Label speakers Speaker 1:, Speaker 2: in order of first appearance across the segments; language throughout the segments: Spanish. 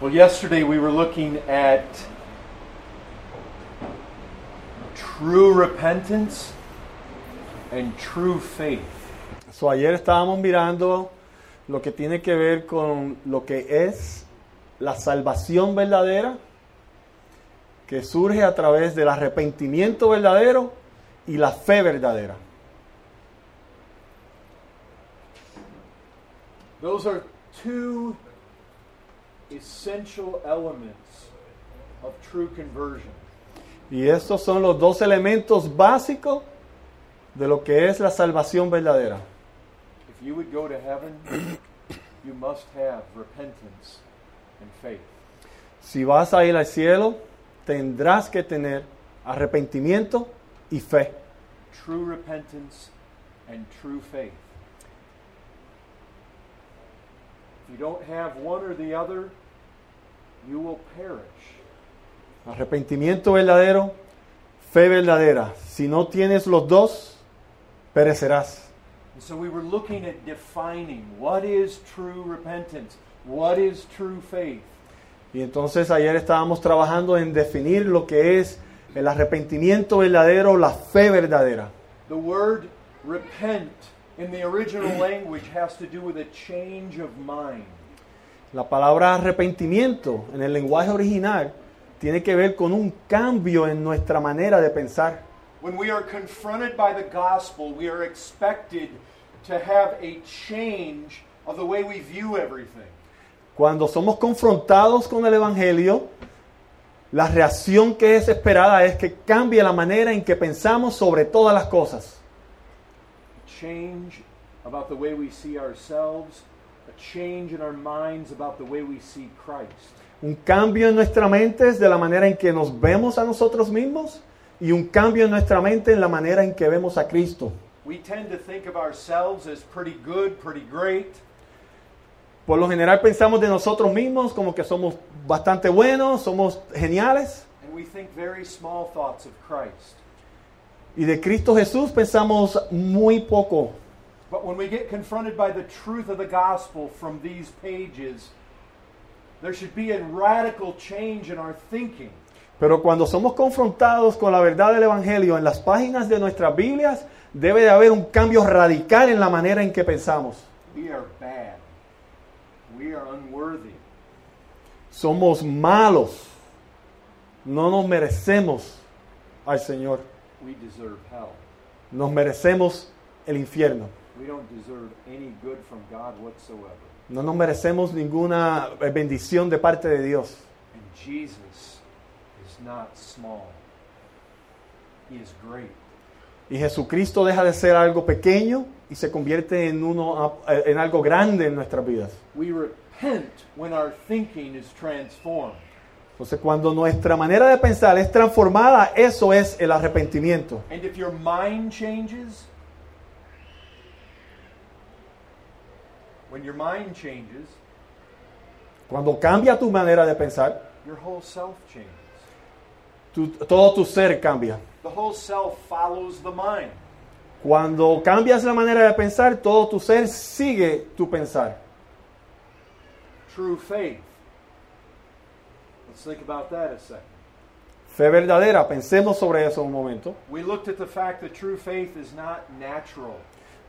Speaker 1: Well, yesterday we were looking at true repentance and true faith.
Speaker 2: So, ayer estábamos mirando lo que tiene que ver con lo que es la salvación verdadera que surge a través del arrepentimiento verdadero y la fe verdadera.
Speaker 1: Those are two essential elements of true conversion.
Speaker 2: Y estos son los dos elementos básicos de lo que es la salvación verdadera.
Speaker 1: If you would go to heaven, you must have repentance and faith.
Speaker 2: Si vas a ir al cielo, tendrás que tener arrepentimiento y fe.
Speaker 1: True repentance and true faith. If you don't have one or the other, you will perish.
Speaker 2: Arrepentimiento verdadero, fe verdadera. Si no tienes los dos, perecerás.
Speaker 1: And so we were looking at defining what is true repentance, what is true faith.
Speaker 2: Y entonces ayer estábamos trabajando en definir lo que es el arrepentimiento verdadero, la fe verdadera.
Speaker 1: The word repent in the original language has to do with a change of mind.
Speaker 2: La palabra arrepentimiento en el lenguaje original tiene que ver con un cambio en nuestra manera de pensar.
Speaker 1: When we are confronted by the gospel, we are expected to have a change of the way we view everything.
Speaker 2: Cuando somos confrontados con el Evangelio, la reacción que es esperada es que cambie la manera en que pensamos sobre todas las cosas.
Speaker 1: A change about the way we see ourselves, a change in our minds about the way we see Christ.
Speaker 2: Un cambio en nuestra mente es de la manera en que nos vemos a nosotros mismos y un cambio en nuestra mente en la manera en que vemos a Cristo.
Speaker 1: We tend to think of ourselves as pretty good, pretty great.
Speaker 2: Por lo general pensamos de nosotros mismos como que somos bastante buenos, somos geniales.
Speaker 1: And we think very small thoughts of Christ.
Speaker 2: Y de Cristo Jesús pensamos muy poco.
Speaker 1: But when we get confronted by the truth of the gospel from these pages, there should be a radical change in our thinking.
Speaker 2: Pero cuando somos confrontados con la verdad del Evangelio en las páginas de nuestras Biblias, debe de haber un cambio radical en la manera en que pensamos.
Speaker 1: We are bad. We are unworthy.
Speaker 2: Somos malos. No nos merecemos al Señor.
Speaker 1: We deserve hell.
Speaker 2: Nos merecemos el infierno.
Speaker 1: We don't deserve any good from God whatsoever.
Speaker 2: No nos merecemos ninguna eh, bendición de parte de Dios.
Speaker 1: And Jesus is not small, He is great.
Speaker 2: Y Jesucristo deja de ser algo pequeño y se convierte en, uno, eh, en algo grande en nuestras vidas.
Speaker 1: We repent when our thinking is transformed.
Speaker 2: Entonces cuando nuestra manera de pensar es transformada, eso es el arrepentimiento.
Speaker 1: And if your mind changes, when your mind changes,
Speaker 2: Cuando cambia tu manera de pensar,
Speaker 1: your whole self changes.
Speaker 2: tu- todo tu ser cambia.
Speaker 1: The whole self follows the mind.
Speaker 2: Cuando cambias la manera de pensar, todo tu ser sigue tu pensar.
Speaker 1: True faith. Let's think about that a second.
Speaker 2: Fe verdadera, pensemos sobre eso un momento.
Speaker 1: We looked at the fact that true faith is not natural.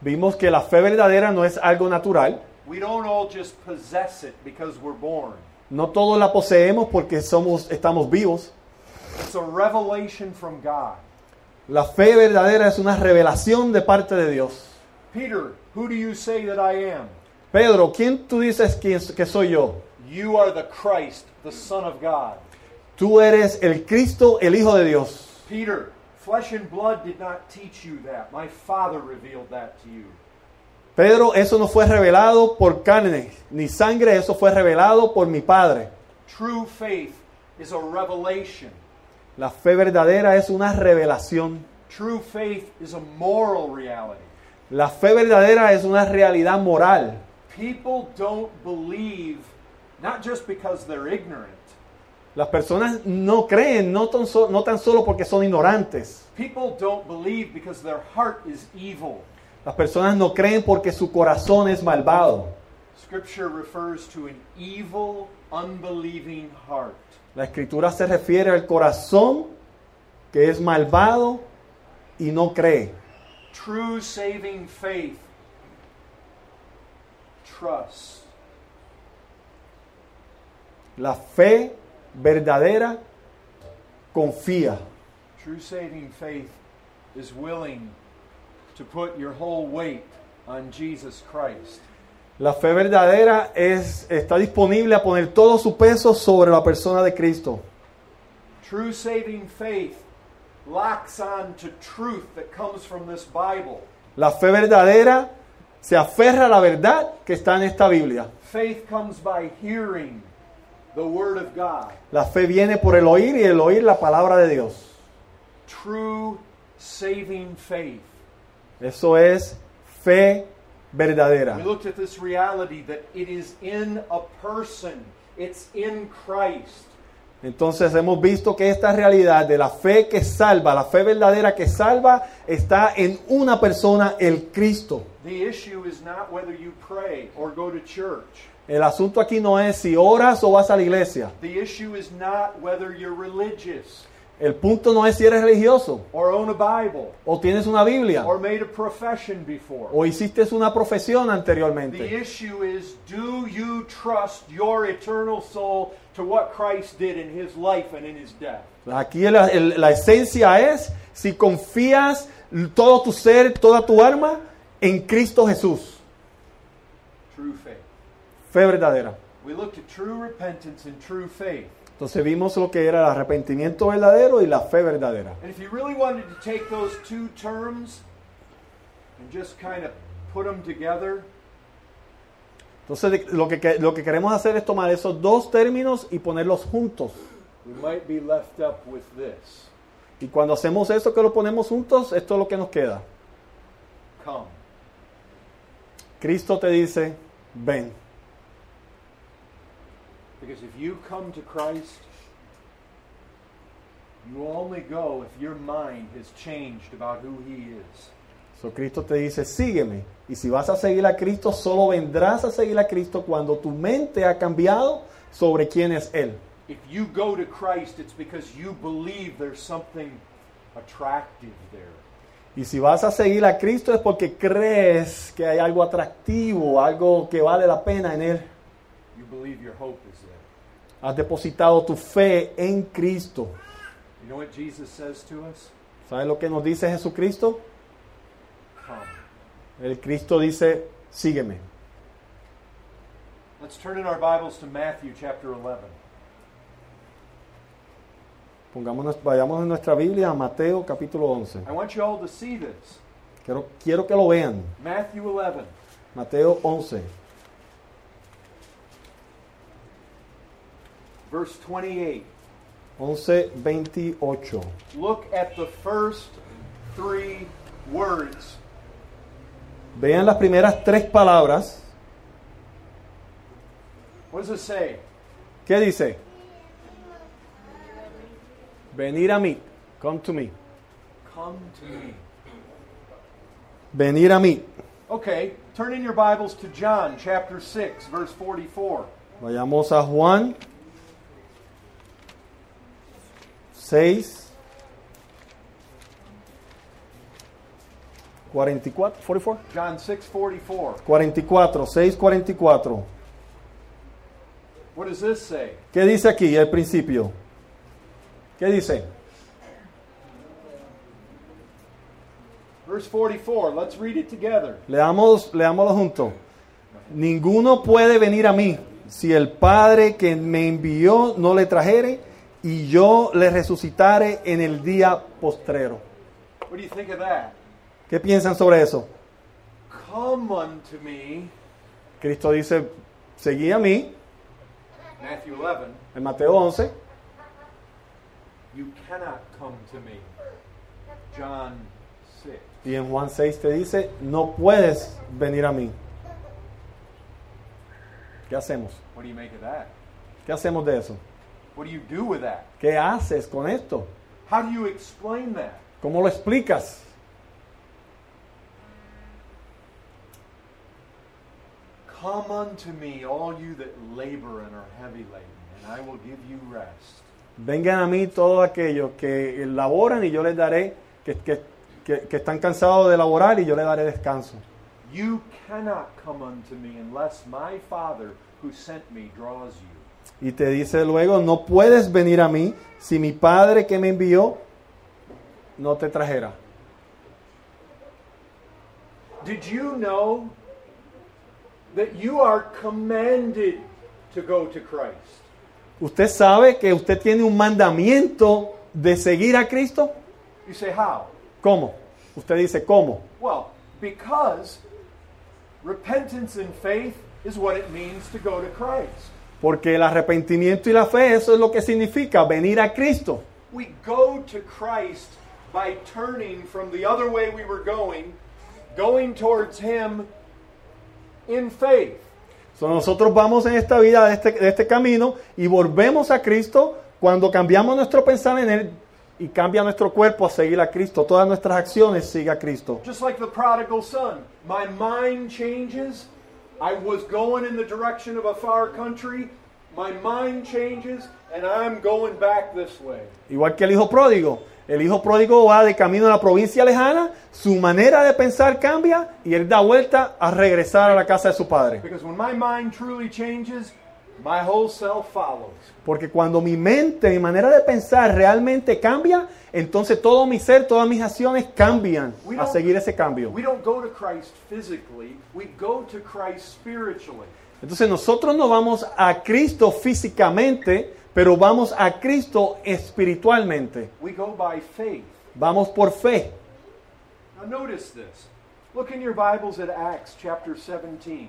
Speaker 2: Vimos que la fe verdadera no es algo natural.
Speaker 1: We don't all just possess it because we're born.
Speaker 2: No todos la poseemos porque somos, estamos vivos.
Speaker 1: It's a revelation from God.
Speaker 2: La fe verdadera es una revelación de parte de Dios.
Speaker 1: Peter, who do you say that I am?
Speaker 2: Pedro, ¿quién tú dices que, que soy yo?
Speaker 1: You are the Christ, the Son of God.
Speaker 2: Tú eres el Cristo, el Hijo de Dios.
Speaker 1: Peter, flesh and blood did not teach you that. My Father revealed that to you.
Speaker 2: Pedro, eso no fue revelado por carne ni sangre, eso fue revelado por mi Padre.
Speaker 1: True faith is a revelation.
Speaker 2: La fe verdadera es una revelación.
Speaker 1: True faith is a moral reality.
Speaker 2: La fe verdadera es una realidad moral.
Speaker 1: People don't believe not just because they're ignorant.
Speaker 2: Las personas no creen, no tan, so- no tan solo porque son ignorantes.
Speaker 1: People don't believe because their heart is evil.
Speaker 2: Las personas no creen porque su corazón es malvado.
Speaker 1: Scripture refers to an evil unbelieving heart.
Speaker 2: La escritura se refiere al corazón que es malvado y no cree.
Speaker 1: True saving faith. Trust.
Speaker 2: La fe verdadera confía.
Speaker 1: True saving faith is willing to put your whole weight on Jesus Christ.
Speaker 2: La fe verdadera es, está disponible a poner todo su peso sobre la persona de Cristo.
Speaker 1: True saving faith locks on to truth that comes from this Bible.
Speaker 2: La fe verdadera se aferra a la verdad que está en esta Biblia.
Speaker 1: Faith comes by hearing the Word of God.
Speaker 2: La fe viene por el oír y el oír la palabra de Dios.
Speaker 1: True saving faith.
Speaker 2: Eso es fe verdadera.
Speaker 1: We looked at this reality that it is in a person, it's in Christ.
Speaker 2: Entonces hemos visto que esta realidad de la fe que salva, la fe verdadera que salva, está en una persona, el Cristo.
Speaker 1: The issue is not whether you pray or go to church.
Speaker 2: El asunto aquí no es si oras o vas a la iglesia.
Speaker 1: The issue is not whether you're religious
Speaker 2: El punto no es si eres religioso
Speaker 1: or own a Bible
Speaker 2: o tienes una Biblia
Speaker 1: or made a profession before.
Speaker 2: o hiciste una profesión
Speaker 1: The
Speaker 2: anteriormente.
Speaker 1: issue is do you trust your eternal soul to what Christ did in his life and in his death?
Speaker 2: Aquí la, el- la esencia es si confías todo tu ser, toda tu alma en Cristo Jesús.
Speaker 1: True faith.
Speaker 2: Fe verdadera.
Speaker 1: We looked at true repentance and true faith.
Speaker 2: Entonces vimos lo que era el arrepentimiento verdadero y la fe verdadera.
Speaker 1: And if you really wanted to take those two terms and just kind of put them together,
Speaker 2: Entonces de- lo que, que- lo que queremos hacer es tomar esos dos términos y ponerlos juntos.
Speaker 1: we might be left up with this.
Speaker 2: Y cuando hacemos eso, que lo ponemos juntos, esto es lo que nos queda.
Speaker 1: Come.
Speaker 2: Cristo te dice, ven.
Speaker 1: Because if you come to Christ, you will only go if your mind has changed about who He is.
Speaker 2: So, Cristo te dice, sígueme. Y si vas a seguir a Cristo, solo vendrás a seguir a Cristo cuando tu mente ha cambiado sobre quién es Él.
Speaker 1: If you go to Christ, it's because you believe there's something attractive there.
Speaker 2: Y si vas a seguir a Cristo es porque crees que hay algo atractivo, algo que vale la pena en Él.
Speaker 1: You believe your hope is there.
Speaker 2: Has depositado tu fe en Cristo.
Speaker 1: You know what Jesus says to us?
Speaker 2: ¿Sabes lo que nos dice Jesucristo?
Speaker 1: Come.
Speaker 2: El Cristo dice, sígueme.
Speaker 1: Let's turn in our Bibles to Matthew chapter 11.
Speaker 2: Pongámonos, vayamos en nuestra Biblia a Mateo capítulo 11.
Speaker 1: I want you all to see this.
Speaker 2: Quiero, quiero que lo vean.
Speaker 1: Matthew 11.
Speaker 2: Mateo 11,
Speaker 1: Verse 28.
Speaker 2: 11, 28.
Speaker 1: Look at the first three words.
Speaker 2: Vean las primeras tres palabras.
Speaker 1: What does it say?
Speaker 2: ¿Qué dice? Venir a mí. Come to me.
Speaker 1: Come to me.
Speaker 2: Venir a mí.
Speaker 1: Okay, turn in your Bibles to John chapter 6, verse 44.
Speaker 2: Vayamos a Juan 6, 44, 44.
Speaker 1: John 6, 44.
Speaker 2: 44, 6, 44.
Speaker 1: What does this say?
Speaker 2: ¿Qué dice aquí al principio? ¿Qué dice?
Speaker 1: Verse 44. Let's read it together.
Speaker 2: Leamos, leámoslo juntos. Ninguno puede venir a mí si el Padre que me envió no le trajere y yo le resucitare en el día postrero.
Speaker 1: What do you think of that?
Speaker 2: ¿Qué piensan sobre eso?
Speaker 1: Come unto me.
Speaker 2: Cristo dice, seguí a mí,
Speaker 1: Matthew 11.
Speaker 2: en Mateo 11,
Speaker 1: You cannot come to me. John 6.
Speaker 2: y en Juan 6 te dice, no puedes venir a mí. ¿Qué hacemos?
Speaker 1: What do you make of that?
Speaker 2: ¿Qué hacemos de eso?
Speaker 1: What do you do with that?
Speaker 2: ¿Qué haces con esto?
Speaker 1: How do you explain that?
Speaker 2: ¿Cómo lo explicas?
Speaker 1: Come unto me, all you that labor and are heavy laden, and I will give you rest.
Speaker 2: Vengan a mí todos aquellos que laboran y yo les daré, que, que- que- que están cansados de laborar y yo les daré descanso.
Speaker 1: You cannot come unto me unless my Father who sent me draws you.
Speaker 2: Y te dice luego, no puedes venir a mí si mi Padre que me envió no te trajera.
Speaker 1: Did you know that you are commanded to go to Christ?
Speaker 2: ¿Usted sabe que usted tiene un mandamiento de seguir a Cristo?
Speaker 1: You say, How?
Speaker 2: ¿Cómo? Usted dice, ¿cómo?
Speaker 1: Well, because repentance and faith is what it means to go to Christ.
Speaker 2: Porque el arrepentimiento y la fe, eso es lo que significa venir a Cristo.
Speaker 1: We go to Christ by turning from the other way we were going, going towards Him in faith.
Speaker 2: So, nosotros vamos en esta vida de este, de este camino y volvemos a Cristo cuando cambiamos nuestro pensar en Él y cambia nuestro cuerpo a seguir a Cristo. Todas nuestras acciones siguen a Cristo.
Speaker 1: Just like the prodigal son, my mind changes. I was going in the direction of a far country. My mind changes, and I'm going back this way.
Speaker 2: Igual que el hijo pródigo. El hijo pródigo va de camino a la provincia lejana, su manera de pensar cambia y él da vuelta a regresar a la casa de su padre.
Speaker 1: Because when my mind truly changes, my whole self follows.
Speaker 2: Porque cuando mi mente, mi manera de pensar realmente cambia, entonces todo mi ser, todas mis acciones cambian
Speaker 1: We
Speaker 2: a
Speaker 1: don't-
Speaker 2: seguir ese cambio.
Speaker 1: We don't go to Christ physically, we go to Christ spiritually.
Speaker 2: Entonces nosotros no vamos a Cristo físicamente, pero vamos a Cristo espiritualmente.
Speaker 1: We go by faith.
Speaker 2: Vamos por fe.
Speaker 1: Now notice this. Look in your Bibles at Acts chapter 17.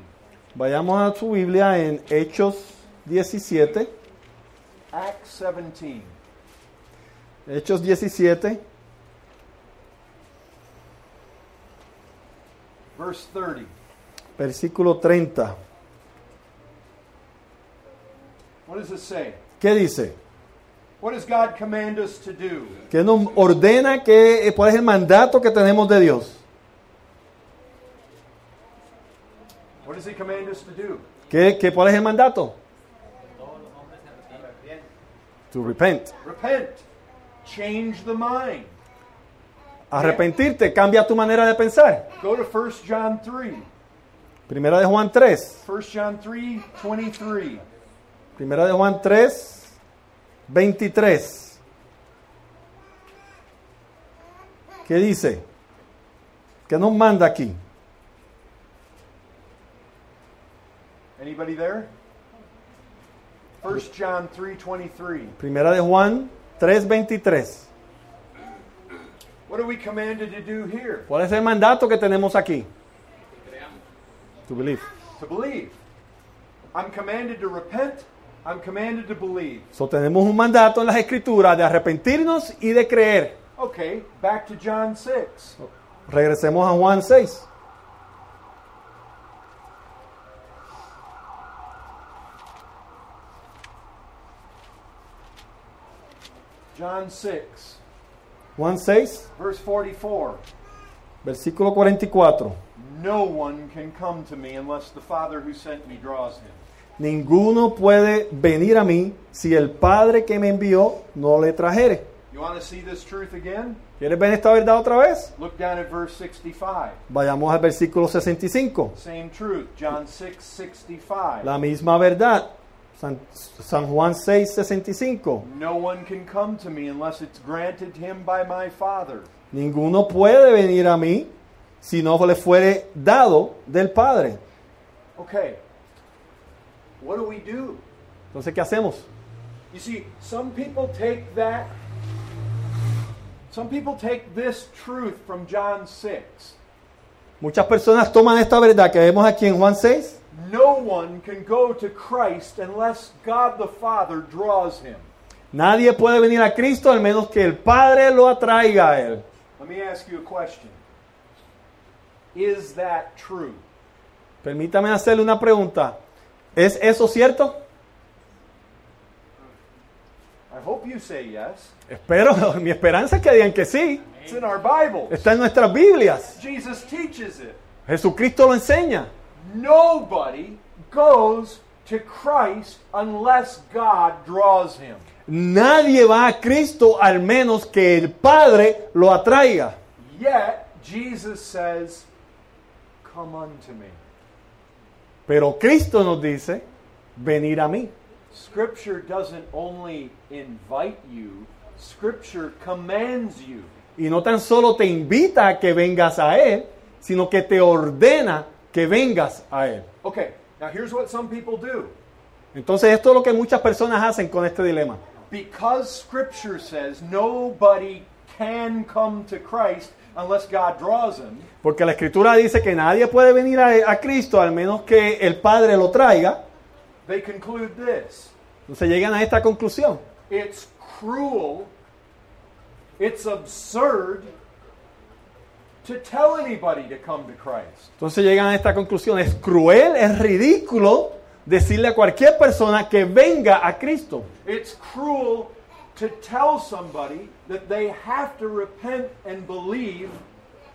Speaker 2: Vayamos a su Biblia en Hechos 17.
Speaker 1: Acts 17.
Speaker 2: Hechos 17,
Speaker 1: Verse 30.
Speaker 2: versículo 30.
Speaker 1: What does it say?
Speaker 2: ¿Qué dice?
Speaker 1: What does God command us to do?
Speaker 2: ¿Qué nos ordena? Que, eh, ¿Cuál es el mandato que tenemos de Dios?
Speaker 1: What does He command us to do?
Speaker 2: ¿Qué, qué, ¿Cuál es el mandato? To repent.
Speaker 1: Repent. Change the mind.
Speaker 2: Arrepentirte, cambia tu manera de pensar.
Speaker 1: Go to 1 John 3.
Speaker 2: Primera de Juan 3.
Speaker 1: 1 John 3 23.
Speaker 2: Primera de Juan 3, 23. ¿Qué dice? ¿Qué nos manda aquí?
Speaker 1: Anybody there? 1 John 3 23.
Speaker 2: Primera de Juan 3, 23.
Speaker 1: What are we commanded to do here?
Speaker 2: ¿Cuál es el mandato que tenemos aquí? To believe.
Speaker 1: to believe. I'm commanded to repent. I'm commanded to believe.
Speaker 2: So, tenemos un mandato en las escrituras de arrepentirnos y de creer.
Speaker 1: Okay, back to John 6.
Speaker 2: Regresemos a Juan 6.
Speaker 1: John 6,
Speaker 2: Juan 6,
Speaker 1: verse 44.
Speaker 2: versículo 44.
Speaker 1: No one can come to me unless the Father who sent me draws him.
Speaker 2: Ninguno puede venir a mí si el Padre que me envió no le trajere.
Speaker 1: You want to see this truth again?
Speaker 2: ¿Quieres ver esta verdad otra vez?
Speaker 1: Look down at verse 65.
Speaker 2: Vayamos al versículo 65.
Speaker 1: Same truth, John 6, 65.
Speaker 2: La misma verdad. San, San Juan 6, 65.
Speaker 1: No one can come to me unless it's granted him by my Father.
Speaker 2: Ninguno puede venir a mí si no le fuere dado del Padre.
Speaker 1: Okay, what do we do?
Speaker 2: Entonces, ¿qué hacemos?
Speaker 1: You see, some people take that, some people take this truth from John 6.
Speaker 2: Muchas personas toman esta verdad que vemos aquí en Juan 6.
Speaker 1: No one can go to Christ unless God the Father draws him.
Speaker 2: Nadie puede venir a Cristo al menos que el Padre lo atraiga a él.
Speaker 1: Let me ask you a question. Is that true?
Speaker 2: Permítame hacerle una pregunta. ¿Es eso cierto?
Speaker 1: I hope you say yes.
Speaker 2: Espero, mi esperanza es que digan que sí.
Speaker 1: It's in our Bibles.
Speaker 2: Está en nuestras Biblias.
Speaker 1: Jesus teaches it.
Speaker 2: Jesucristo lo enseña.
Speaker 1: Nobody goes to Christ unless God draws him.
Speaker 2: Nadie va a Cristo al menos que el Padre lo atraiga.
Speaker 1: Yet, Jesus says, Come unto me.
Speaker 2: Pero Cristo nos dice, venir a mí.
Speaker 1: Scripture doesn't only invite you, Scripture commands you.
Speaker 2: Y no tan solo te invita a que vengas a Él, sino que te ordena que vengas a Él.
Speaker 1: Okay, now here's what some people do.
Speaker 2: Entonces esto es lo que muchas personas hacen con este dilema.
Speaker 1: Because Scripture says nobody can come to Christ unless God draws him,
Speaker 2: Porque la escritura dice que nadie puede venir a, a Cristo al menos que el Padre lo traiga.
Speaker 1: they conclude this
Speaker 2: Entonces llegan a esta conclusión.
Speaker 1: it's cruel, it's absurd to tell anybody to come to Christ.
Speaker 2: Entonces llegan a esta conclusión. Es cruel, es ridículo decirle a cualquier persona que venga a Cristo.
Speaker 1: It's cruel to tell somebody that they have to repent and believe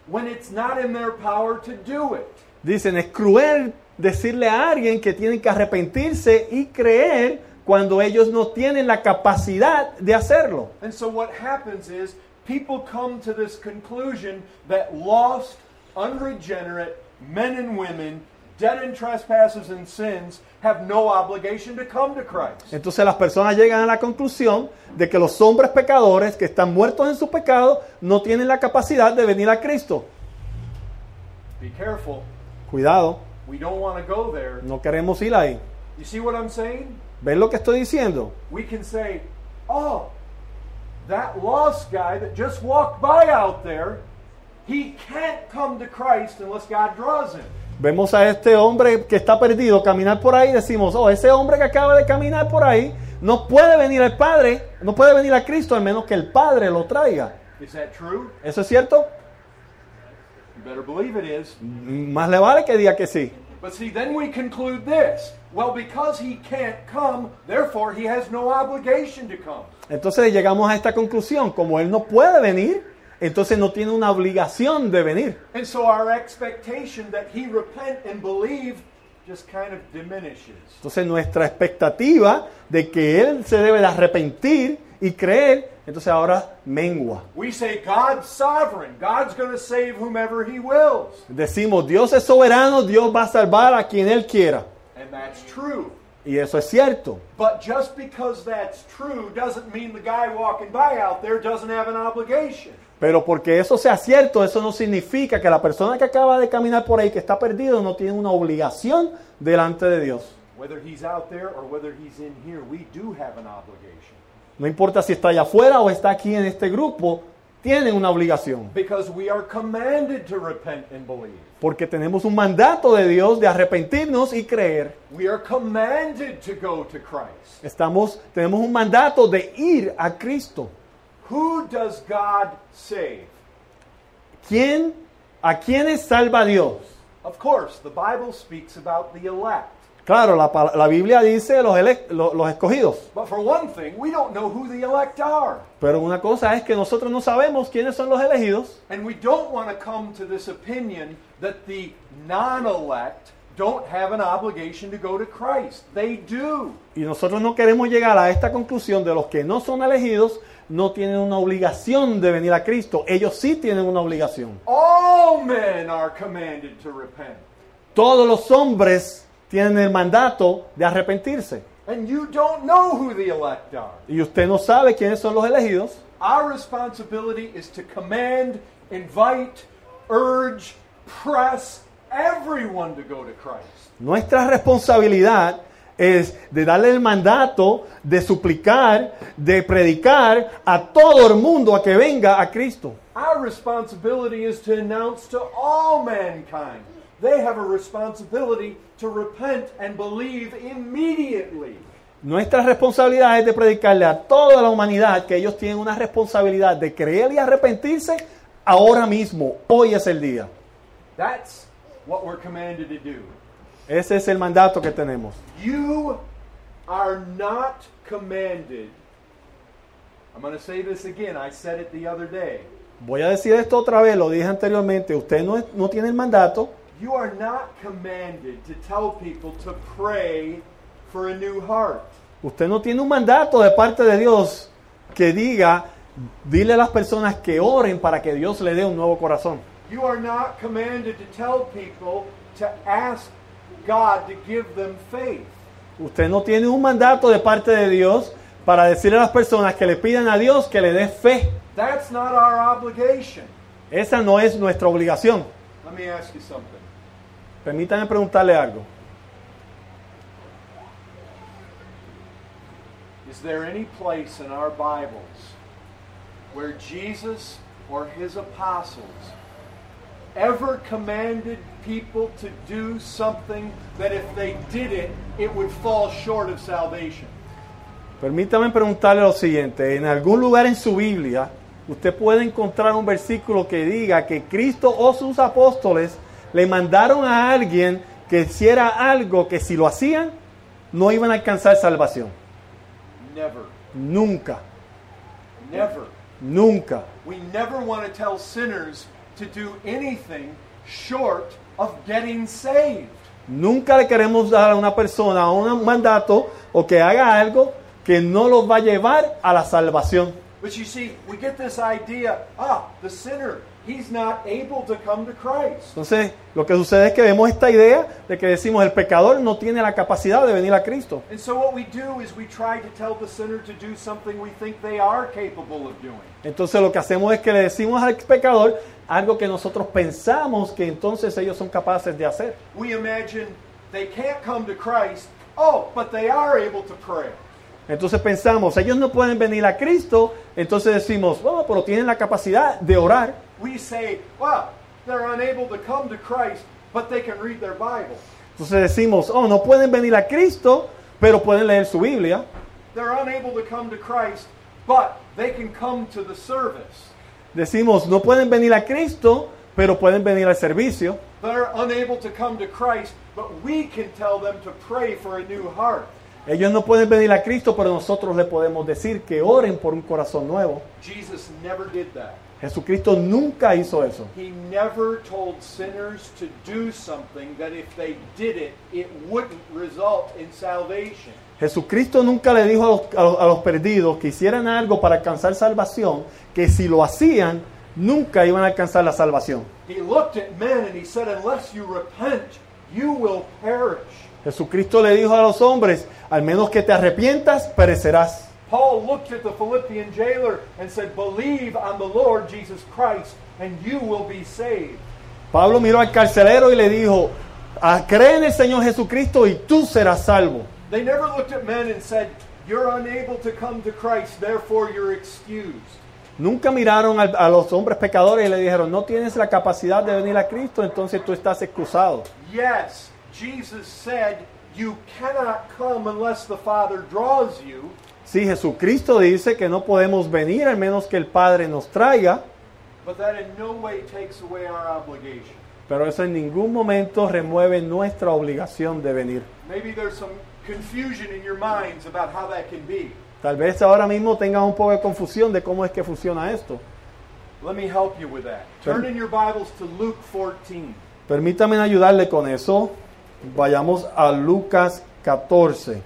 Speaker 1: when it's not in their power to do it.
Speaker 2: Dicen, es cruel decirle a alguien que tienen que arrepentirse y creer cuando ellos no tienen la capacidad de hacerlo.
Speaker 1: And so what happens is people come to this conclusion that lost, unregenerate men and women, dead in trespasses and sins, have no obligation to come to Christ.
Speaker 2: Entonces las personas llegan a la conclusión de que los hombres pecadores que están muertos en su pecado no tienen la capacidad de venir a Cristo.
Speaker 1: Be careful.
Speaker 2: Cuidado,
Speaker 1: We don't want to go there.
Speaker 2: no queremos ir ahí.
Speaker 1: You see what I'm saying?
Speaker 2: ¿Ven lo que estoy diciendo?
Speaker 1: We can say, oh, that lost guy that just walked by out there, he can't come to Christ unless God draws him.
Speaker 2: Vemos a este hombre que está perdido caminar por ahí y decimos, oh, ese hombre que acaba de caminar por ahí no puede venir al Padre, no puede venir a Cristo al menos que el Padre lo traiga.
Speaker 1: Is that true?
Speaker 2: ¿Eso es cierto?
Speaker 1: You better believe it is.
Speaker 2: Mm, Más le vale que diga que sí.
Speaker 1: But see, then we conclude this. Well, because he can't come, therefore he has no obligation to come.
Speaker 2: Entonces llegamos a esta conclusión, como él no puede venir, entonces no tiene una obligación de venir.
Speaker 1: And so our expectation that he repent and believe just kind of diminishes.
Speaker 2: Entonces nuestra expectativa de que él se debe de arrepentir y creer, entonces ahora mengua.
Speaker 1: We say God's sovereign. God's going to save whomever he wills.
Speaker 2: Decimos, Dios es soberano, Dios va a salvar a quien él quiera.
Speaker 1: And that's true.
Speaker 2: Y eso es cierto.
Speaker 1: But just because that's true doesn't mean the guy walking by out there doesn't have an obligation.
Speaker 2: Pero porque eso sea cierto, eso no significa que la persona que acaba de caminar por ahí, que está perdido, no tiene una obligación delante de Dios.
Speaker 1: Whether he's out there or whether he's in here, we do have an obligation.
Speaker 2: No importa si está allá afuera o está aquí en este grupo, tienen una obligación.
Speaker 1: Because we are commanded to repent and believe.
Speaker 2: Porque tenemos un mandato de Dios de arrepentirnos y creer.
Speaker 1: We are commanded to go to Christ.
Speaker 2: Estamos, tenemos un mandato de ir a Cristo.
Speaker 1: Who does God save?
Speaker 2: ¿Quién, ¿A quiénes salva Dios?
Speaker 1: Of course, the Bible speaks about the elect.
Speaker 2: Claro, la, pal- la Biblia dice los, elec- lo- los escogidos.
Speaker 1: But for one thing, we don't know who the elect are.
Speaker 2: Pero una cosa es que nosotros no sabemos quiénes son los elegidos.
Speaker 1: And we don't want to come to this opinion that the non elect don't have an obligation to go to Christ. They do.
Speaker 2: Y nosotros no queremos llegar a esta conclusión de los que no son elegidos no tienen una obligación de venir a Cristo. Ellos sí tienen una obligación.
Speaker 1: All men are commanded to repent.
Speaker 2: Todos los hombres tienen el mandato de arrepentirse.
Speaker 1: And you don't know who the elect are.
Speaker 2: Y usted no sabe quiénes son los elegidos.
Speaker 1: Our responsibility is to command, invite, urge, press everyone to go to Christ.
Speaker 2: Nuestra responsabilidad es de darle el mandato, de suplicar, de predicar a todo el mundo a que venga a Cristo.
Speaker 1: Our responsibility is to announce to all mankind. They have a responsibility to repent and believe immediately.
Speaker 2: Nuestra responsabilidad es de predicarle a toda la humanidad que ellos tienen una responsabilidad de creer y arrepentirse ahora mismo. Hoy es el día.
Speaker 1: That's what we're commanded to do.
Speaker 2: Ese es el mandato que tenemos.
Speaker 1: You are not commanded. I'm going to say this again. I said it the other day.
Speaker 2: Voy a decir esto otra vez, lo dije anteriormente. Usted no, es- no tiene el mandato
Speaker 1: You are not commanded to tell people to pray for a new heart.
Speaker 2: Usted no tiene un mandato de parte de Dios que diga, dile a las personas que oren para que Dios le dé un nuevo corazón.
Speaker 1: You are not commanded to tell people to ask God to give them faith.
Speaker 2: Usted no tiene un mandato de parte de Dios para decirle a las personas que le pidan a Dios que le dé fe.
Speaker 1: That's not our obligation.
Speaker 2: Esa no es nuestra obligación.
Speaker 1: Let me ask you something.
Speaker 2: Permítanme preguntarle algo.
Speaker 1: Is there any place in our Bibles where Jesus or his apostles ever commanded people to do something that if they did it, it would fall short of salvation?
Speaker 2: Permítame preguntarle lo siguiente. En algún lugar en su Biblia, usted puede encontrar un versículo que diga que Cristo o sus apóstoles le mandaron a alguien que hiciera algo que si lo hacían, no iban a alcanzar salvación.
Speaker 1: Never.
Speaker 2: Nunca,
Speaker 1: Never.
Speaker 2: nunca.
Speaker 1: We never want to tell sinners to do anything short of getting saved.
Speaker 2: Nunca le queremos dar a una persona un mandato o que haga algo que no los va a llevar a la salvación.
Speaker 1: But you see, we get this idea ah, the sinner, he's not able to come to Christ.
Speaker 2: Entonces, lo que sucede es que vemos esta idea de que decimos el pecador no tiene la capacidad de venir a Cristo.
Speaker 1: And so what we do is we try to tell the sinner to do something we think they are capable of doing.
Speaker 2: Entonces, lo que hacemos es que le decimos al pecador algo que nosotros pensamos que entonces ellos son capaces de hacer.
Speaker 1: We imagine they can't come to Christ, oh, but they are able to pray.
Speaker 2: Entonces pensamos, ellos no pueden venir a Cristo, entonces decimos, bueno, pero tienen la capacidad de orar.
Speaker 1: We say, well, they're unable to come to Christ, but they can read their Bible.
Speaker 2: Entonces decimos, oh, no pueden venir a Cristo, pero pueden leer su Biblia.
Speaker 1: They're unable to come to Christ, but they can come to the service.
Speaker 2: Decimos, no pueden venir a Cristo, pero pueden venir al servicio.
Speaker 1: They're unable to come to Christ, but we can tell them to pray for a new heart.
Speaker 2: Ellos no pueden venir a Cristo, pero nosotros le podemos decir que oren por un corazón nuevo.
Speaker 1: Jesus never did that.
Speaker 2: Jesucristo nunca hizo eso.
Speaker 1: He never told sinners to do something that if they did it, it wouldn't result in salvation.
Speaker 2: Jesucristo nunca le dijo a los, a los- a los perdidos que hicieran algo para alcanzar salvación, que si lo hacían, nunca iban a alcanzar la salvación.
Speaker 1: He looked at men and he said, Unless you repent, you will perish.
Speaker 2: Jesucristo le dijo a los hombres, al menos que te arrepientas, perecerás.
Speaker 1: Paul looked at the Philippian jailer and said, Believe on the Lord Jesus Christ, and you will be saved.
Speaker 2: Pablo miró al carcelero y le dijo, "Ah, cree en el Señor Jesucristo y tú serás salvo.
Speaker 1: They never looked at men and said, You're unable to come to Christ, therefore you're excused.
Speaker 2: Nunca miraron al- a los hombres pecadores y le dijeron, no tienes la capacidad de venir a Cristo, entonces tú estás excusado.
Speaker 1: Yes, Jesus said, You cannot come unless the Father draws you.
Speaker 2: Sí, Jesucristo dice que no podemos venir al menos que el Padre nos traiga,
Speaker 1: But that in no way takes away our obligation.
Speaker 2: pero eso en ningún momento remueve nuestra obligación de venir.
Speaker 1: Maybe there's some confusion in your minds about how that can be.
Speaker 2: Tal vez ahora mismo tengas un poco de confusión de cómo es que funciona esto.
Speaker 1: Let me help you with that. Turn in your Bibles to Luke 14.
Speaker 2: Permítame ayudarle con eso. Vayamos a Lucas 14.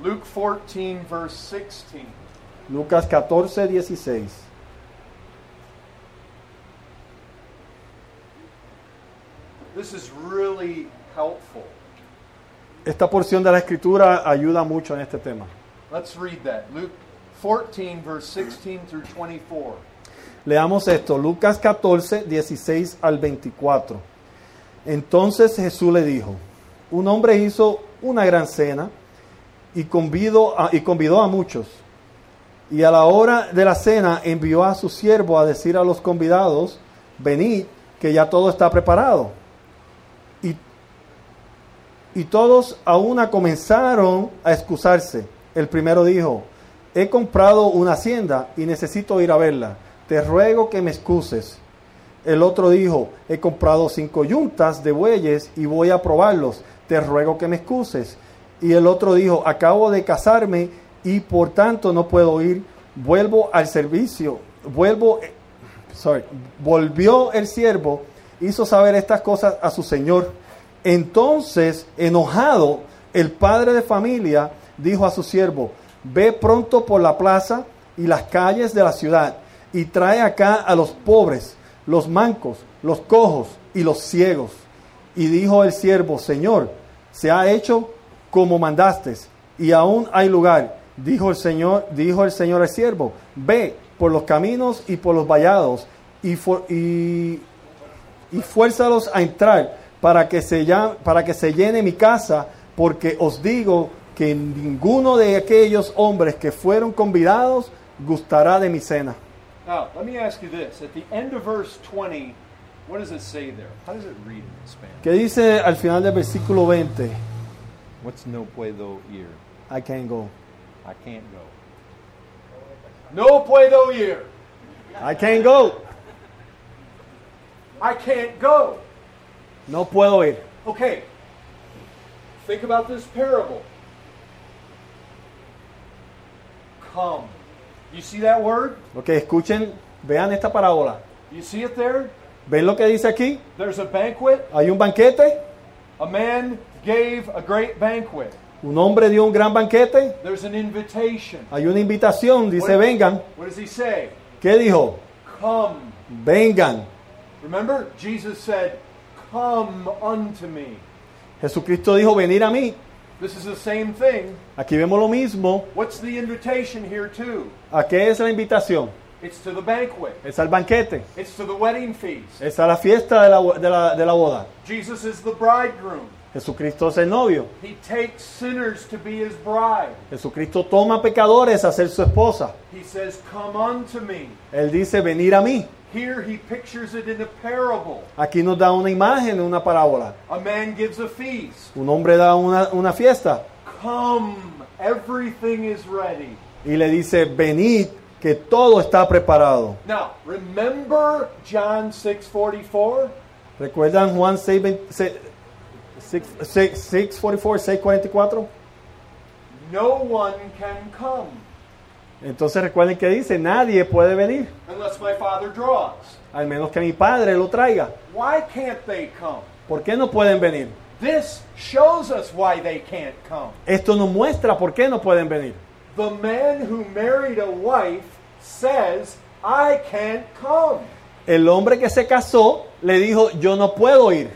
Speaker 1: Luke 14, verse 16.
Speaker 2: Lucas 14, 16.
Speaker 1: This is really helpful.
Speaker 2: Esta porción de la escritura ayuda mucho en este tema.
Speaker 1: Let's read that. Luke 14, verse 16 through 24.
Speaker 2: Leamos esto, Lucas 14, 16 al 24. Entonces Jesús le dijo, un hombre hizo una gran cena y convidó a, y convidó a muchos. Y a la hora de la cena envió a su siervo a decir a los convidados, venid, que ya todo está preparado. Y, y todos a una comenzaron a excusarse. El primero dijo, he comprado una hacienda y necesito ir a verla. Te ruego que me excuses. El otro dijo, he comprado cinco yuntas de bueyes y voy a probarlos. Te ruego que me excuses. Y el otro dijo, acabo de casarme y por tanto no puedo ir. vuelvo al servicio, vuelvo, eh, sorry, volvió el siervo, hizo saber estas cosas a su señor. Entonces, enojado, el padre de familia dijo a su siervo, ve pronto por la plaza y las calles de la ciudad y trae acá a los pobres, los mancos, los cojos y los ciegos. Y dijo el siervo, Señor, se ha hecho como mandaste y aún hay lugar. Dijo el Señor, dijo el Señor al siervo, ve por los caminos y por los vallados y, for- y, y fuérzalos a entrar para que, se llam- para que se llene mi casa, porque os digo que ninguno de aquellos hombres que fueron convidados gustará de mi cena.
Speaker 1: Now, let me ask you this. At the end of verse 20, what does it say there? How does it read in Spanish?
Speaker 2: ¿Qué dice al final del versículo 20?
Speaker 1: What's no puedo ir?
Speaker 2: I can't go.
Speaker 1: I can't go. No puedo ir.
Speaker 2: I can't go.
Speaker 1: I can't go.
Speaker 2: No puedo ir.
Speaker 1: Okay. Think about this parable. Come. You see that word?
Speaker 2: Ok, escuchen, vean esta parábola.
Speaker 1: You see it there?
Speaker 2: ¿Ven lo que dice aquí?
Speaker 1: There's a banquet.
Speaker 2: Hay un banquete,
Speaker 1: A man gave a great banquet.
Speaker 2: un hombre dio un gran banquete,
Speaker 1: There's an invitation.
Speaker 2: hay una invitación, dice
Speaker 1: Bueno.
Speaker 2: vengan.
Speaker 1: What does he say?
Speaker 2: ¿Qué dijo?
Speaker 1: Come.
Speaker 2: Vengan.
Speaker 1: Remember, Jesus said, Come unto me.
Speaker 2: Jesucristo dijo venir a mí.
Speaker 1: This is the same thing.
Speaker 2: Aquí vemos lo mismo.
Speaker 1: What's the invitation here, too?
Speaker 2: ¿A qué es la invitación?
Speaker 1: It's to the banquet,
Speaker 2: Es al banquete,
Speaker 1: it's to the wedding feast.
Speaker 2: es a la fiesta de la, bo- de la- de la boda.
Speaker 1: Jesus is the bridegroom.
Speaker 2: Jesucristo es el novio.
Speaker 1: He takes sinners to be his bride.
Speaker 2: Jesucristo toma pecadores a ser su esposa.
Speaker 1: He says, Come unto me.
Speaker 2: Él dice venir a mí.
Speaker 1: Here he pictures it in a parable.
Speaker 2: Aquí nos da una imagen, una parábola.
Speaker 1: A man gives a feast.
Speaker 2: Un hombre da una, una fiesta
Speaker 1: Come, everything is ready.
Speaker 2: y le dice, venid, que todo está preparado.
Speaker 1: Now, remember John 6:44?
Speaker 2: ¿Recuerdan Juan 6, 644, 644?
Speaker 1: No one can come
Speaker 2: Entonces recuerden que dice, nadie puede venir,
Speaker 1: unless my Father draws.
Speaker 2: al menos que mi padre lo traiga.
Speaker 1: Why can't they come?
Speaker 2: ¿Por qué no pueden venir?
Speaker 1: This shows us why they can't come.
Speaker 2: Esto nos muestra por qué no pueden venir.
Speaker 1: The man who married a wife says, I can't come.
Speaker 2: El hombre que se casó le dijo, yo no puedo ir.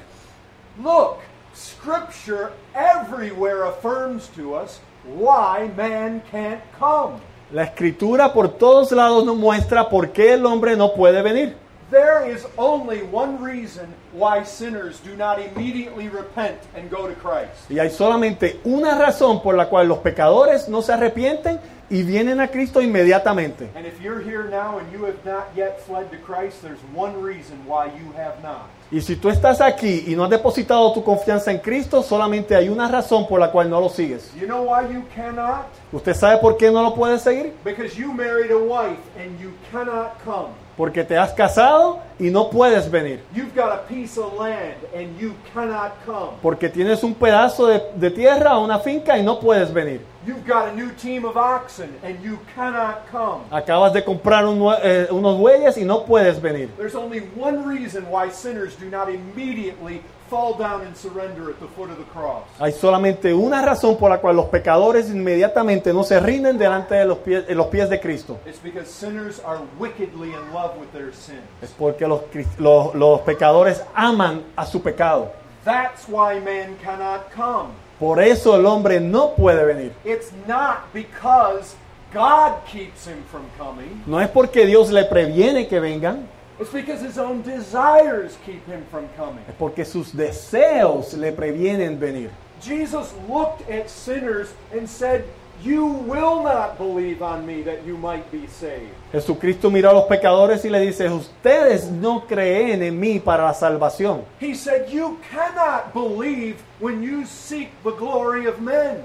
Speaker 1: Look, Scripture everywhere affirms to us why man can't come.
Speaker 2: La escritura por todos lados nos muestra por qué el hombre no puede venir.
Speaker 1: There is only one reason why sinners do not immediately repent and go to Christ.
Speaker 2: Y hay solamente una razón por la cual los pecadores no se arrepienten y vienen a Cristo inmediatamente.
Speaker 1: And if you're here now and you have not yet fled to Christ, there's one reason why you have not.
Speaker 2: Y si tú estás aquí y no has depositado tu confianza en Cristo, solamente hay una razón por la cual no lo sigues.
Speaker 1: Do you know why you cannot?
Speaker 2: ¿Usted sabe por qué no lo puedes seguir?
Speaker 1: Because you married a wife and you cannot come.
Speaker 2: Porque te has casado y no puedes venir.
Speaker 1: You've got a piece of land and you cannot come.
Speaker 2: Porque tienes un pedazo de, de tierra o una finca y no puedes venir.
Speaker 1: You've got a new team of oxen and you cannot come.
Speaker 2: Acabas de comprar un nue- eh, unos bueyes y no puedes venir.
Speaker 1: There's only one reason why sinners do not immediately fall down and surrender at the foot of the cross.
Speaker 2: Hay solamente una razón por la cual los pecadores inmediatamente no se rinden delante de los pies, en los pies de Cristo.
Speaker 1: It's because sinners are wickedly in love with their sins.
Speaker 2: Es porque los, cris- los- los pecadores aman a su pecado.
Speaker 1: That's why man cannot come.
Speaker 2: Por eso el hombre no puede venir.
Speaker 1: It's not because God keeps him from coming.
Speaker 2: No es porque Dios le previene que vengan,
Speaker 1: It's because his own desires keep him from coming.
Speaker 2: es porque sus deseos le previenen venir.
Speaker 1: Jesus looked at sinners and said, You will not believe on me that you might be saved.
Speaker 2: Jesucristo miró a los pecadores y le dice, ustedes no creen en mí para la salvación.
Speaker 1: He said, You cannot believe when you seek the glory of men.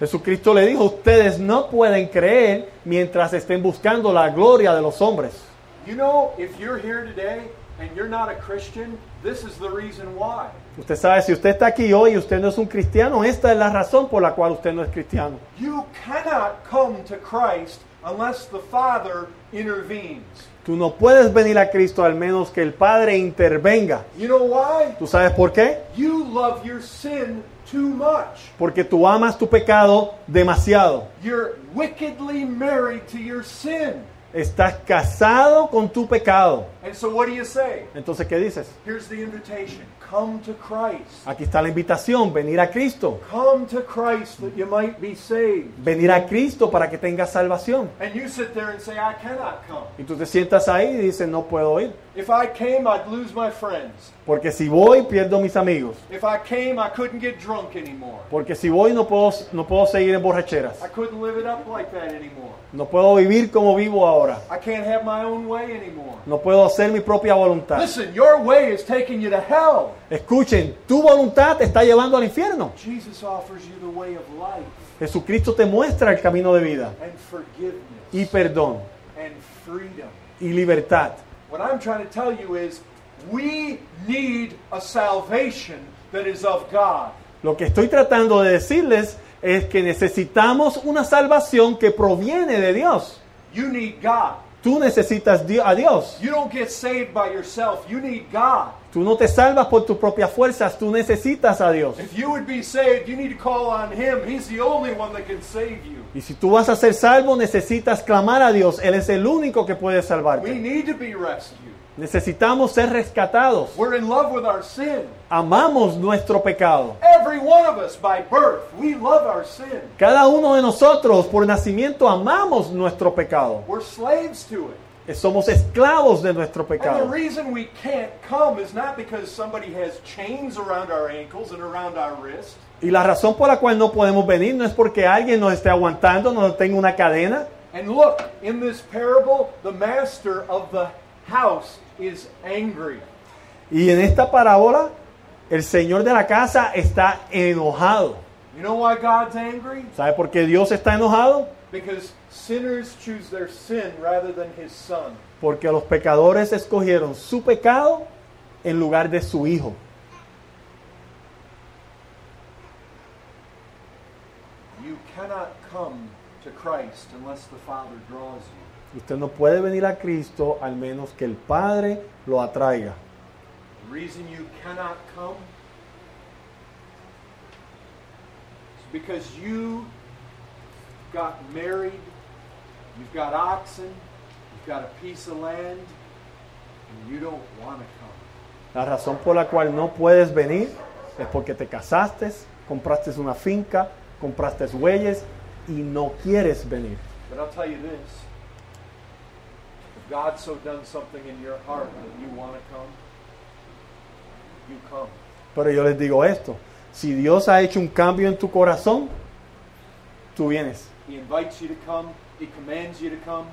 Speaker 2: Jesucristo le dijo, ustedes no pueden creer mientras estén buscando la gloria de los hombres.
Speaker 1: You know, if you're here today and you're not a Christian, this is the reason why.
Speaker 2: Usted sabe, si usted está aquí hoy y usted no es un cristiano, esta es la razón por la cual usted no es cristiano.
Speaker 1: You cannot come to Christ unless the Father intervenes.
Speaker 2: Tú no puedes venir a Cristo al menos que el Padre intervenga.
Speaker 1: You know why?
Speaker 2: ¿Tú sabes por qué?
Speaker 1: You love your sin too much.
Speaker 2: Porque tú amas tu pecado demasiado.
Speaker 1: You're wickedly married to your sin.
Speaker 2: Estás casado con tu pecado.
Speaker 1: And so what do you say?
Speaker 2: Entonces, ¿qué dices?
Speaker 1: Here's the invitation. Come to Christ.
Speaker 2: Aquí está la invitación, venir a Cristo.
Speaker 1: Come to Christ that you might be saved.
Speaker 2: Venir a Cristo para que tengas salvación.
Speaker 1: And you sit there and say, I cannot come.
Speaker 2: Y tú te sientas ahí y dices, no puedo ir.
Speaker 1: If I came, I'd lose my friends.
Speaker 2: Porque si voy, pierdo mis amigos.
Speaker 1: If I came, I couldn't get drunk anymore.
Speaker 2: Porque si voy, no puedo, no puedo seguir en borracheras.
Speaker 1: I couldn't live it up like that anymore.
Speaker 2: No puedo vivir como vivo ahora.
Speaker 1: I can't have my own way anymore.
Speaker 2: No puedo hacer mi propia voluntad.
Speaker 1: Listen, your way is taking you to hell.
Speaker 2: Escuchen, tu voluntad te está llevando al infierno.
Speaker 1: Jesus offers you the way of life
Speaker 2: Jesucristo te muestra el camino de vida
Speaker 1: and forgiveness
Speaker 2: y perdón
Speaker 1: and freedom.
Speaker 2: y libertad.
Speaker 1: What I'm trying to tell you is we need a salvation that is of God.
Speaker 2: Lo que estoy tratando de decirles es que necesitamos una salvación que proviene de Dios.
Speaker 1: You need God.
Speaker 2: Tú necesitas di- a Dios.
Speaker 1: You don't get saved by yourself. You need God.
Speaker 2: Tú no te salvas por tus propias fuerzas, tú necesitas a Dios.
Speaker 1: If you would be saved, you need to call on Him. He's the only one that can save you.
Speaker 2: Y si tú vas a ser salvo, necesitas clamar a Dios. Él es el único que puede
Speaker 1: We
Speaker 2: salvarte.
Speaker 1: need to be rescued.
Speaker 2: Necesitamos ser rescatados.
Speaker 1: We're in love with our sin.
Speaker 2: Amamos nuestro pecado.
Speaker 1: Every one of us by birth, we love our sin.
Speaker 2: Cada uno de nosotros por nacimiento amamos nuestro pecado.
Speaker 1: We're slaves to it.
Speaker 2: Somos esclavos de nuestro
Speaker 1: And the
Speaker 2: pecado.
Speaker 1: reason we can't come is not because somebody has chains around our ankles and around our wrists.
Speaker 2: Y la razón por la cual no podemos venir no es porque alguien nos esté aguantando, nos tenga una cadena.
Speaker 1: And look, in this parable, the master of the house is angry.
Speaker 2: Y en esta parábola, el señor de la casa está enojado.
Speaker 1: You know why God's angry?
Speaker 2: ¿Sabe por qué Dios está enojado?
Speaker 1: Because sinners choose their sin rather than his son.
Speaker 2: Porque los pecadores escogieron su pecado en lugar de su hijo.
Speaker 1: You cannot come to Christ unless the Father draws you.
Speaker 2: Usted no puede venir a Cristo al menos que el Padre lo atraiga.
Speaker 1: The reason you cannot come is because you got married, you've got oxen, you've got a piece of land, and you don't want to come.
Speaker 2: La razón por la cual no puedes venir es porque te casaste, compraste una finca, compraste bueyes y no quieres venir.
Speaker 1: But I'll tell you this if God so done something in your heart that you want to come, you come.
Speaker 2: Pero yo les digo esto, si Dios ha hecho un cambio en tu corazón, tú vienes.
Speaker 1: He invites you to come, He commands you to come.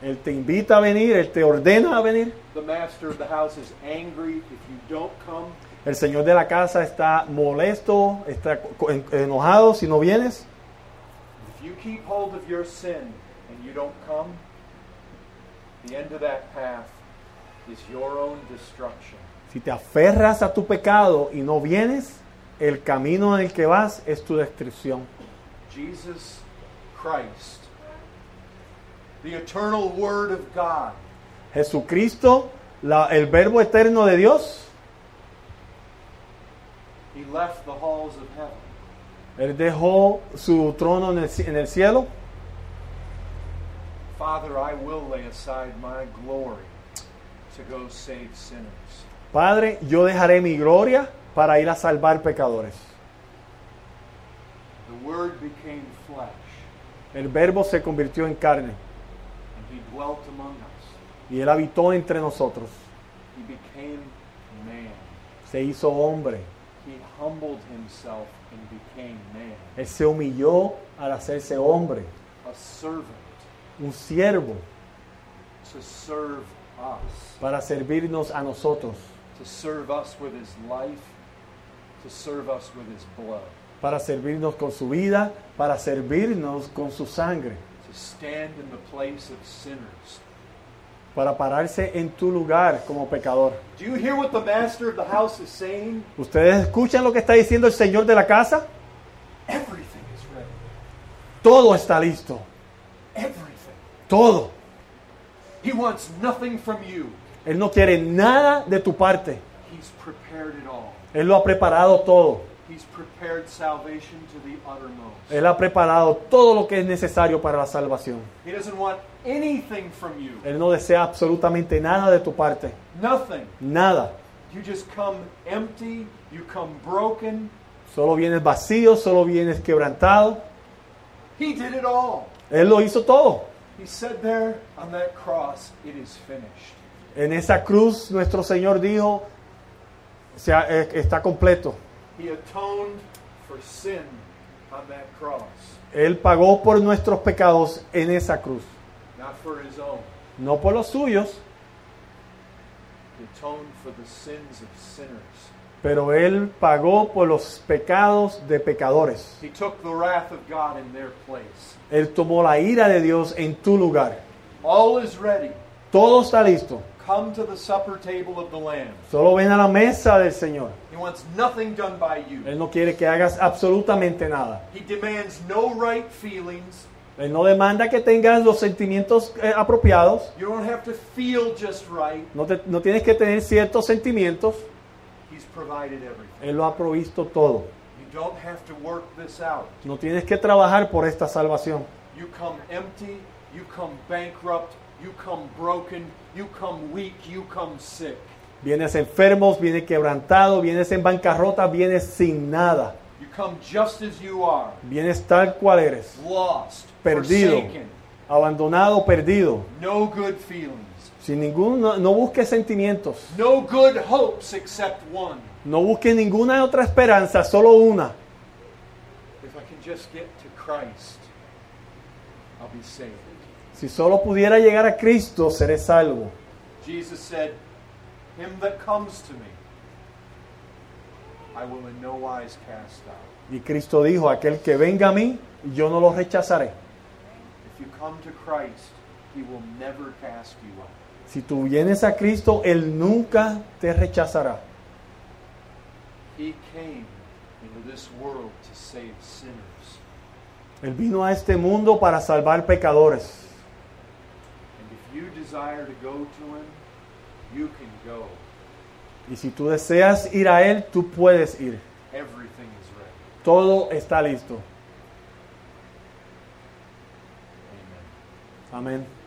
Speaker 2: Él te invita a venir, Él te ordena a venir.
Speaker 1: The master of the house is angry if you don't come.
Speaker 2: El Señor de la casa está molesto, está co- en- enojado si no vienes.
Speaker 1: If you keep hold of your sin and you don't come, the end of that path is your own destruction.
Speaker 2: Si te aferras a tu pecado y no vienes, el camino en el que vas es tu destrucción.
Speaker 1: Jesus Christ, the eternal Word of God,
Speaker 2: Jesucristo, la- el verbo eterno de Dios,
Speaker 1: He left the halls of heaven.
Speaker 2: Él dejó su trono en el, ci- en el cielo.
Speaker 1: Father, I will lay aside my glory to go save sinners.
Speaker 2: Padre, yo dejaré mi gloria para ir a salvar pecadores.
Speaker 1: The Word became flesh,
Speaker 2: El verbo se convirtió en carne
Speaker 1: and He dwelt among us.
Speaker 2: y él habitó entre nosotros.
Speaker 1: He became man.
Speaker 2: Se hizo hombre.
Speaker 1: He humbled himself and became man,
Speaker 2: Él se humilló al hacerse hombre,
Speaker 1: a servant
Speaker 2: un siervo,
Speaker 1: to serve us,
Speaker 2: para servirnos a nosotros,
Speaker 1: to serve us with his life, to serve us with his blood,
Speaker 2: para servirnos con su vida, para servirnos con su sangre,
Speaker 1: to stand in the place of sinners.
Speaker 2: para pararse en tu lugar como pecador.
Speaker 1: Do you hear what the master of the house is saying?
Speaker 2: ¿Ustedes escuchan lo que está diciendo el Señor de la casa?
Speaker 1: Everything is ready.
Speaker 2: Todo está listo.
Speaker 1: Everything.
Speaker 2: todo.
Speaker 1: He wants nothing from you.
Speaker 2: Él no quiere nada de tu parte.
Speaker 1: He's prepared it all.
Speaker 2: Él lo ha preparado todo.
Speaker 1: He's prepared salvation to the uttermost.
Speaker 2: Él ha preparado todo lo que es necesario para la salvación.
Speaker 1: He doesn't want anything from you.
Speaker 2: Él no desea absolutamente nada de tu parte.
Speaker 1: Nothing.
Speaker 2: Nada.
Speaker 1: You just come empty, you come broken.
Speaker 2: Solo vienes vacío, solo vienes quebrantado.
Speaker 1: He did it all.
Speaker 2: Él lo hizo todo.
Speaker 1: He said there on that cross, it is finished.
Speaker 2: En esa cruz nuestro Señor dijo, "Se ha- eh, está completo.
Speaker 1: He atoned for sin on that cross,
Speaker 2: Él pagó por nuestros pecados en esa cruz.
Speaker 1: not for his own.
Speaker 2: No por los suyos,
Speaker 1: He atoned for the sins of sinners.
Speaker 2: pero Él pagó por los pecados de pecadores.
Speaker 1: He took the wrath of God in their place.
Speaker 2: Él tomó la ira de Dios en tu lugar.
Speaker 1: All is ready.
Speaker 2: Todo está listo.
Speaker 1: Come to the supper table of the Lamb.
Speaker 2: Solo ven a la mesa del Señor.
Speaker 1: He wants nothing done by you.
Speaker 2: Él no quiere que hagas absolutamente nada.
Speaker 1: He demands no right feelings.
Speaker 2: Él no demanda que tengas los sentimientos eh, apropiados.
Speaker 1: You don't have to feel just right.
Speaker 2: No, te- no tienes que tener ciertos sentimientos.
Speaker 1: He's provided everything.
Speaker 2: Él lo ha provisto todo.
Speaker 1: You don't have to work this out.
Speaker 2: No tienes que trabajar por esta salvación.
Speaker 1: You come empty, you come bankrupt, you come broken, you come weak, you come sick.
Speaker 2: Vienes enfermos, vienes quebrantado, vienes en bancarrota, vienes sin nada.
Speaker 1: You come just as you are,
Speaker 2: Vienes tal cual eres.
Speaker 1: lost,
Speaker 2: Perdido.
Speaker 1: forsaken,
Speaker 2: Abandonado, perdido.
Speaker 1: no good feelings,
Speaker 2: Sin ningún, no, no busques sentimientos.
Speaker 1: no good hopes except one.
Speaker 2: No busques ninguna otra esperanza, solo una.
Speaker 1: If I can just get to Christ, I'll be saved.
Speaker 2: Si solo pudiera llegar a Cristo, seré salvo.
Speaker 1: Jesus said, Him that comes to me, I will in no wise cast out.
Speaker 2: Y Cristo dijo, aquel que venga a mí, yo no lo rechazaré.
Speaker 1: If you come to Christ, He will never cast you out.
Speaker 2: Si tú vienes a Cristo, Él nunca te rechazará.
Speaker 1: He came into this world to save sinners.
Speaker 2: Él vino a este mundo para salvar pecadores.
Speaker 1: And if you desire to go to him, you can go.
Speaker 2: Y si tú deseas ir a Él, tú puedes ir.
Speaker 1: Everything is ready.
Speaker 2: Todo está listo.
Speaker 1: Amen.
Speaker 2: Amén.